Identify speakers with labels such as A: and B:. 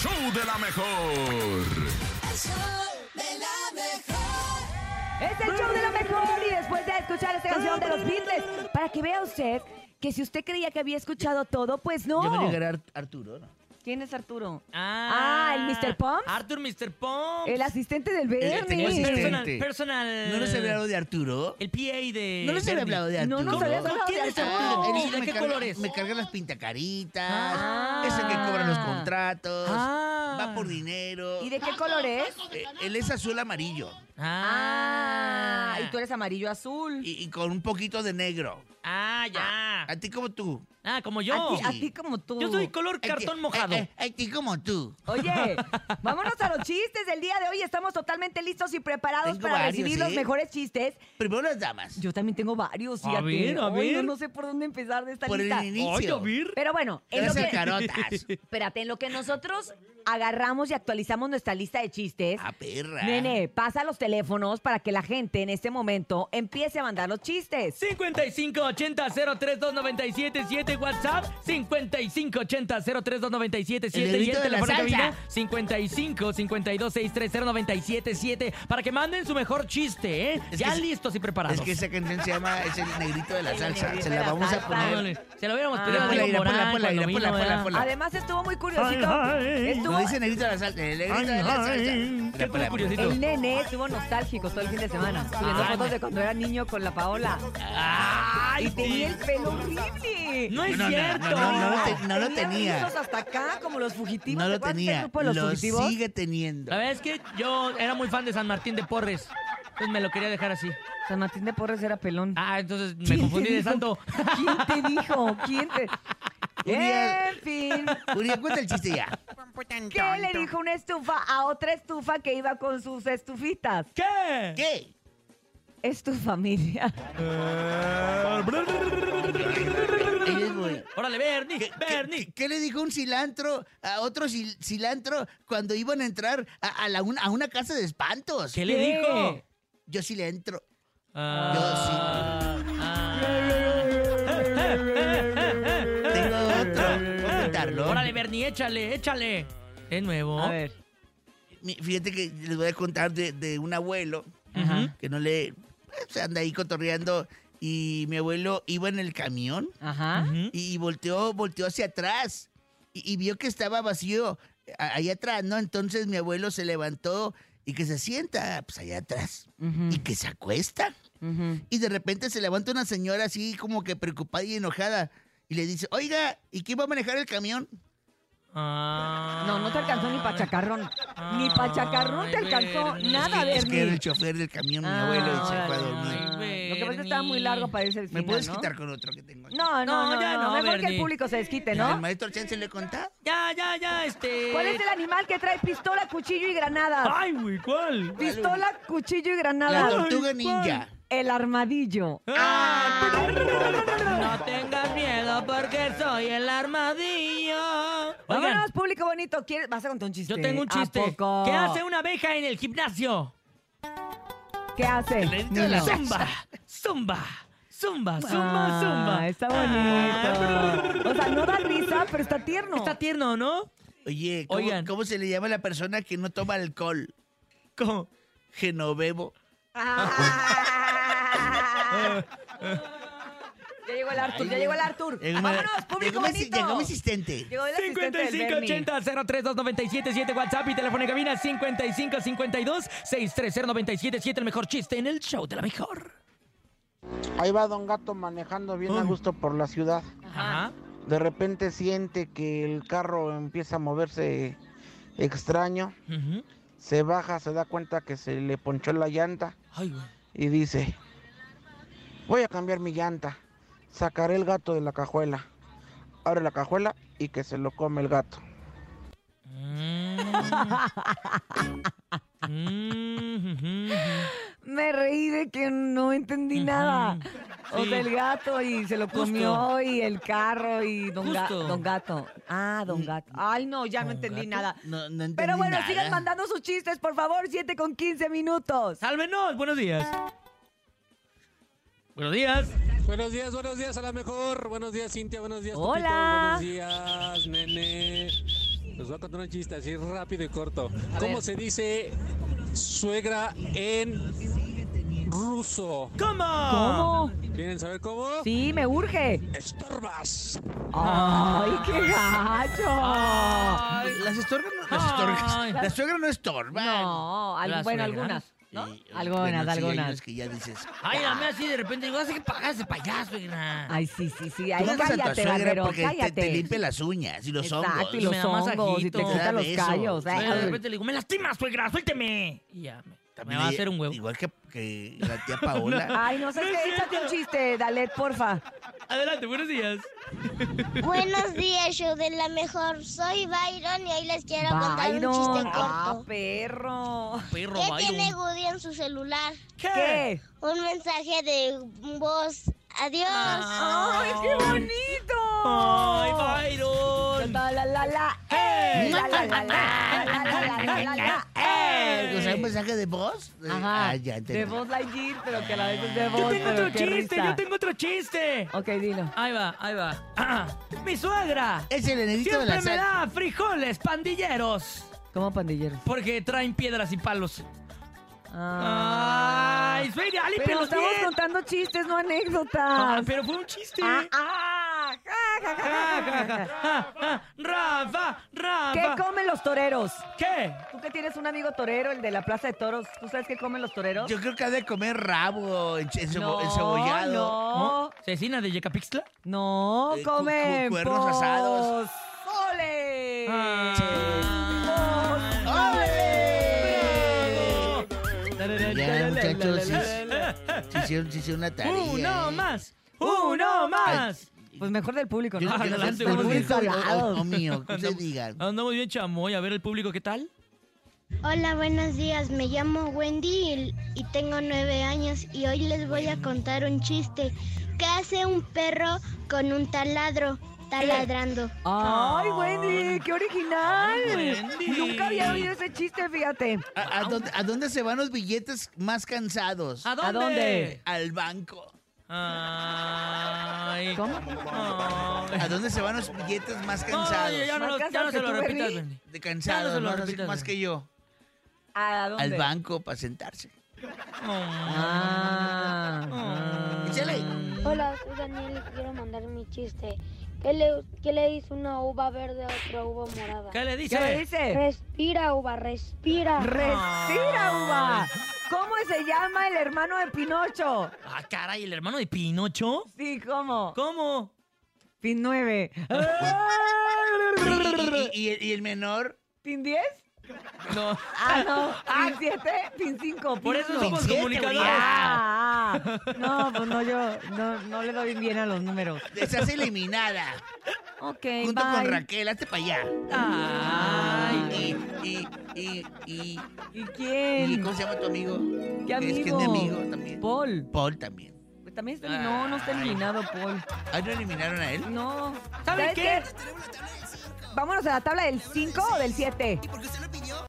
A: show de la mejor.
B: El show de la mejor.
C: Es el show de la mejor y después de escuchar esta canción de los Beatles, para que vea usted que si usted creía que había escuchado todo, pues
D: Yo me que
C: no.
D: era Ar- Arturo, ¿no?
C: ¿Quién es Arturo?
E: Ah,
C: Ah, ¿el Mr. Pumps?
E: Arthur Mr. Pumps.
C: El asistente del
D: tenía
E: el
C: Bernie.
D: Eh,
C: Este.
D: asistente.
E: personal, personal.
D: ¿No les
C: Eh.
D: había hablado de Arturo?
E: El PA de.
D: ¿No les había
E: Bernie.
D: hablado de
C: No
D: Arturo?
C: nos habías hablado
E: ¿Quién
C: de
E: es
C: Arturo.
D: Él
E: Arturo?
D: es el que
E: ¿Y de
D: Oh. me
E: qué
D: carga-
E: colores?
D: Me carga las pintacaritas,
C: Ah.
D: es el que cobra los contratos,
E: Ah.
D: va por dinero.
C: ¿Y de qué color es?
D: Eh, Él es azul amarillo
C: Ah, y tú eres amarillo azul.
D: y, y con un poquito de negro.
E: Ah, ya.
D: A ti como tú.
E: Ah, como
C: A
E: yo.
C: ti, a ti como tú.
E: Yo soy color
D: A ti-
E: cartón mojado.
D: a- eh, a- A ti como tú.
C: Oye, vámonos a los chistes del día de hoy. Estamos totalmente listos y preparados
D: Tengo
C: para
D: varios,
C: recibir los
D: ¿eh?
C: mejores chistes.
D: Primero las damas.
C: Yo también tengo varios,
E: A
C: fíjate.
E: ver, a
C: Ay, no,
E: ver.
C: no sé por dónde empezar de esta
D: Por
C: lista.
D: el inicio.
C: Pero bueno, en lo,
D: Gracias,
C: que,
D: carotas.
C: espérate, en lo que nosotros agarramos y actualizamos nuestra lista de chistes,
D: Ah, perra.
C: Nene, pasa los teléfonos para que la gente en este momento empiece a mandar los chistes.
E: 5580-032977 WhatsApp 5580-032977
D: El
E: y
D: dedito de la
E: el teléfono de cabina
D: salsa.
E: 55-52-630-9777 para que manden su mejor chiste, ¿eh?
D: Es
E: ya
D: que-
E: listos y preparados.
D: Es que esa canción se llama Es el negrito de la
C: El
D: salsa.
C: negrito
D: Se
C: de
D: la
C: la
D: vamos a
C: salsa.
D: poner.
E: Se lo hubiéramos
C: Ah.
E: pedido a
D: Ponla, ponla,
E: Diego Morán
D: ponla,
E: cuando
D: ponla,
E: vino,
D: ponla,
E: ¿verdad?
D: ponla.
C: Además, estuvo muy curiosito.
E: Ay, ay.
D: No
C: Estuvo,
D: dice negrito de la salsa, el negrito de la
E: Ay,
D: salsa.
E: ay.
D: Ponla,
E: Qué
D: ponla,
E: curiosito.
C: el nene estuvo nostálgico todo el fin de semana, subiendo
E: Ay,
C: fotos
E: me-
C: de cuando era niño con la Paola.
E: Ay,
C: Y tenía el
E: sí.
C: pelo horrible.
E: No
D: No,
E: es
D: no, no,
E: cierto.
D: no, no, no lo te- no lo tenía.
C: rizos hasta acá, como los fugitivos.
D: No
C: ¿Te
D: lo
C: acuerdas de este
D: tenía.
C: grupo de los
D: Lo
C: fugitivos?
D: sigue teniendo.
E: La verdad es que yo era muy fan de San Martín de Porres. Pues me lo quería dejar así.
C: San Martín de Porres era pelón.
E: Ah, entonces me
C: ¿Quién
E: confundí
C: te
E: de
C: dijo?
E: santo.
C: ¿Quién te dijo? ¿Quién te...?
D: día-
C: En fin,
D: Uriel, cuenta el chiste ya.
C: ¿qué le dijo una estufa a otra estufa que iba con sus estufitas?
E: ¿Qué?
D: ¿Qué?
C: Es tu familia.
D: Ahí es, güey.
E: Órale, Bernie, Bernie.
D: ¿Qué, qué le dijo un cilantro a otro cil- cilantro cuando iban a entrar a, a la un- a una casa de espantos?
E: ¿Qué le
C: ¿Qué?
E: dijo?
D: Yo sí le entro.
E: Ah,
D: Tengo otro. ¿Puedo
E: ah.
D: contarlo?
E: Órale, Bernie, échale, échale. De nuevo.
C: A ver.
D: Mi- Fíjate que les voy a contar de, de un abuelo
E: Ajá.
D: que no le... Se anda ahí cotorreando y mi abuelo iba en el camión
C: Ajá.
E: Ujú.
D: y volteó, volteó hacia atrás y, y vio que estaba vacío a- ahí atrás, ¿no? Entonces mi abuelo se levantó y que se sienta, pues allá atrás,
C: Mm.
D: y que se acuesta.
C: ujú.
D: Y de repente se levanta una señora así como que preocupada y enojada y le dice, oiga, ¿y quién va a manejar el camión?
E: Ah.
C: No, no te alcanzó ni pachacarrón. Ni pachacarrón te
E: Ay,
C: alcanzó.
E: Bernie.
C: Nada,
D: Es que era
C: Bernie.
D: el chofer del camión, mi
C: Ah,
D: abuelo, y se fue a
C: órale.
D: dormir.
C: Lo que pasa es que estaba muy largo para ese
D: ¿Me
C: final,
D: puedes
C: ¿no?
D: quitar con otro que tengo? aquí?
C: No, no, no,
E: No, ya
C: no,
E: no,
C: Mejor que el
E: Bernie.
C: público se desquite,
D: ¿El
C: ¿no?
D: maestro Chance le contaba?
E: Ya, ya, ya, este.
C: ¿Cuál es el animal que trae pistola, cuchillo y granadas?
E: Ay, güey, ¿cuál?
C: Pistola, cuchillo y
D: La
C: granadas.
D: tortuga ninja.
C: El armadillo. Ah.
E: Ah. No tengas miedo porque soy el armadillo. Oigan,
C: Vámonos, público bonito. ¿Quieres? Vas a contar un chiste.
E: yo tengo un
C: ¿A
E: chiste.
C: poco?
E: ¿Qué hace una abeja en el gimnasio?
C: ¿Qué hace?
D: dedito de la
C: Niño?
D: sal.
E: Zumba, zumba, zumba, zumba,
C: Ah,
E: zumba. Ah,
C: está bonito. O sea, no da risa, pero está tierno.
E: Está tierno, ¿no?
D: Oye, ¿cómo,
E: Oigan.
D: cómo se le llama a la persona que no toma alcohol?
E: ¿Cómo?
D: Genovebo.
C: Ah. ya llegó el Artur, ya llegó el Artur.
D: Llegó mi-
C: Ah, Vámonos, público
D: Eh, llegó mi,
C: bonito.
D: llegó mi asistente.
C: Llegó el asistente del
E: 5580-032977 WhatsApp y teléfono de cabina 5552-630977. El mejor chiste en el show de la mejor.
F: Ahí va Don Gato manejando bien a
E: Ay.
F: gusto por la ciudad.
E: Ajá.
F: De repente siente que el carro empieza a moverse extraño.
E: Ujú.
F: Se baja, se da cuenta que se le ponchó la llanta
E: Ay, güey.
F: y dice, voy a cambiar mi llanta. Sacaré el gato de la cajuela. Abre la cajuela y que se lo come el gato.
E: Mm. Mm, ujú, ujú.
C: Bernie. Me reí de que no entendí
E: Ujú.
C: nada. O
E: Sí.
C: del gato y se lo
E: Justo.
C: comió y el carro y don, Ga-
E: Justo.
C: don Gato. Ah, don Gato. Ay, no, ya no
E: ¿Don
C: entendí
E: Gato?
C: nada.
D: Mm. No, no entendí
C: Pero bueno,
D: nada.
C: sigan mandando sus chistes, por favor, 7 con 15 minutos.
D: Ah.
E: Sálvenos, buenos días. Buenos días.
G: Buenos días, buenos días, a la mejor. Buenos días, Cintia. Buenos días,
C: Hola.
G: Pepito. Buenos días, nene. Les voy a contar un chiste así rápido y corto.
E: A
G: ¿Cómo
E: ver.
G: se dice suegra en ruso?
E: ¿Cómo?
C: ¿Cómo?
G: ¿Quieren saber cómo?
C: Sí, me urge.
G: Estorbas.
D: Ah.
C: ¡Ay, qué gacho!
E: Ay,
D: Las estorban, no- las estorban.
E: Ay.
D: Las suegras no estorban.
C: No, al-
E: Las
C: bueno,
E: suegras.
C: algunas. ¿no?
D: Y- eh,
E: Algunas,
D: bueno, sí, hay
E: algunas.
D: unas que ya dices.
E: Ay, la mía así de repente digo, hace que pagas de payaso, hija.
C: Ay, sí, sí, sí. Ahí
D: Tú no vas a tu
C: cállate,
D: suegra
C: barbero,
D: porque te-
C: cállate.
D: te, limpia las uñas y los hongos.
C: Exacto, y
E: Y
C: los
E: me da
C: hongos, y te
E: masajito.
C: quita
D: Me da
C: los
D: beso.
C: callos. ¿eh?
E: Ay, de
C: Ay,
E: repente le digo, me lastimas, suegra, suélteme. Y ya, me, me
D: También
E: va a
D: ella-
E: hacer un huevo.
D: Igual que, que la tía Paola.
C: Ay, no sé
E: No es
C: qué, échate un chiste, Dalet, porfa.
E: Adelante, buenos días.
H: Buenos días, show de la mejor. Soy Byron y hoy les quiero contar un chiste
C: Byron.
H: corto.
C: Ah, perro.
E: Perro,
H: ¿Qué
E: Byron.
H: tiene Woody en su celular?
C: ¿Qué?
H: Un mensaje de voz. Adiós. Ah.
C: ¡Ay, qué bonito!
E: Ay, Byron.
C: La, la, la, la,
E: ¡Eh!
C: eh, la, la, la, la, la, la, la, la, la, eh.
D: ¿O sea, pues, un mensaje de voz? Eh,
C: Ajá,
D: ah, ya entendí.
C: de voz Lightyear, pero que a la vez es de voz,
E: Yo tengo
C: pero
E: otro
C: qué
E: chiste,
C: risa.
E: yo tengo otro chiste.
C: Ok, dilo.
E: Ahí va, ahí va. Ah, mi suegra
D: Es el enanito de
E: siempre
D: la sal.
E: me da frijoles pandilleros
C: ¿Cómo pandilleros?
E: porque traen piedras y palos.
C: Ah.
E: Ay, suegra, límpialos
C: Pero estamos
E: bien.
C: contando chistes, no
E: Ah,
C: anécdotas.
E: pero fue un chiste.
C: Ah, ah, ja, ja,
E: Ja,
C: ja,
E: ja,
C: ja,
E: ja,
C: ja.
E: ja, ja. Rafa,
C: ¿Qué
E: Rafa.
C: comen los toreros?
E: ¿Qué?
C: Tú que tienes un amigo torero, el de la Plaza de Toros, ¿tú sabes qué comen los toreros?
D: Yo creo que ha de comer rabo, en- en cebo-
C: No,
D: encebollado.
C: No,
E: ¿Cecina de Yecapixtla?
C: no,
D: Eh, cu-
C: comen
D: cu- cuernos asados.
C: ¡Ole!
E: Ah.
D: ¡Ole! Ya, muchachos, sí,
E: Eh, eh,
D: sí hicieron, sí hicieron una tarea.
E: ¡Uno
D: ¿eh?
E: más! ¡Uno más!
C: Pues mejor del público,
D: Yo-
C: ¿no?
D: yo-
E: Ah, adelante,
D: del
E: muy
D: público, o,
C: salados.
D: o- o mío, que ustedes digan.
E: Andamos bien chamoy, a ver el público, ¿qué tal?
H: Hola, buenos días. Me llamo Wendy y, y tengo nueve años y hoy les voy a contar un chiste. ¿Qué hace un perro con un taladro taladrando?
C: ¡Ay, Wendy! ¡Qué original!
E: Ay, Wendy.
C: Nunca había oído ese chiste, fíjate.
D: ¿A, a dónde, a dónde se van los billetes más cansados?
E: ¿A dónde?
C: dónde?
D: Al banco.
E: Ay.
C: ¿Cómo?
E: Ay.
D: ¿A dónde se van los billetes más cansados?
E: Ay, ya no, lo-
C: Más
E: ya no se
C: cansado que
E: lo
C: tú,
E: repitas,
C: Bernie.
E: Wendy.
D: De cansado,
E: Ya no se
D: ¿no?
E: lo
D: Así
E: repitas,
D: más
E: eh.
D: que yo.
C: ¿A dónde?
D: Al banco para sentarse.
C: Ah.
E: Ah.
D: Échale.
I: Hola, soy Daniel y quiero mandar mi chiste. ¿Qué le, qué le dice una uva verde a otra uva morada?
E: ¿Qué
C: ¿Qué
E: le
C: le
E: dice?
C: dice?
I: Respira, uva, respira.
C: ¡Respira, uva! ¿Cómo se llama el hermano de Pinocho?
E: Ah, caray, el hermano de Pinocho.
C: Sí, ¿cómo?
E: ¿Cómo?
C: Pin 9.
D: Y- y- y- y el- y el menor.
C: ¿Pin 10?
E: No.
C: Ah, no. ¿Pin 7? ¿Pin 5?
E: Por eso somos
D: Siete,
E: comunicadores.
D: güey, ya.
C: Ah, ah. no, pues no, yo no, no le doy bien a los números.
D: Estás eliminada.
C: Ok,
D: junto
C: bye.
D: con Raquel, hazte para allá.
E: Ay.
D: Y, y, y, y,
C: ¿Y
D: y,
C: quién?
D: ¿cómo se llama tu amigo?
C: ¿Qué
D: Es que es
C: amigo?
D: mi amigo también.
C: Paul.
D: Paul también.
C: Pues También está, no, no está
D: Ay.
C: eliminado, Paul.
D: ¿Ah, no eliminaron a él?
C: No.
E: ¿Saben qué?
C: Vámonos a la tabla del 5 o del 7.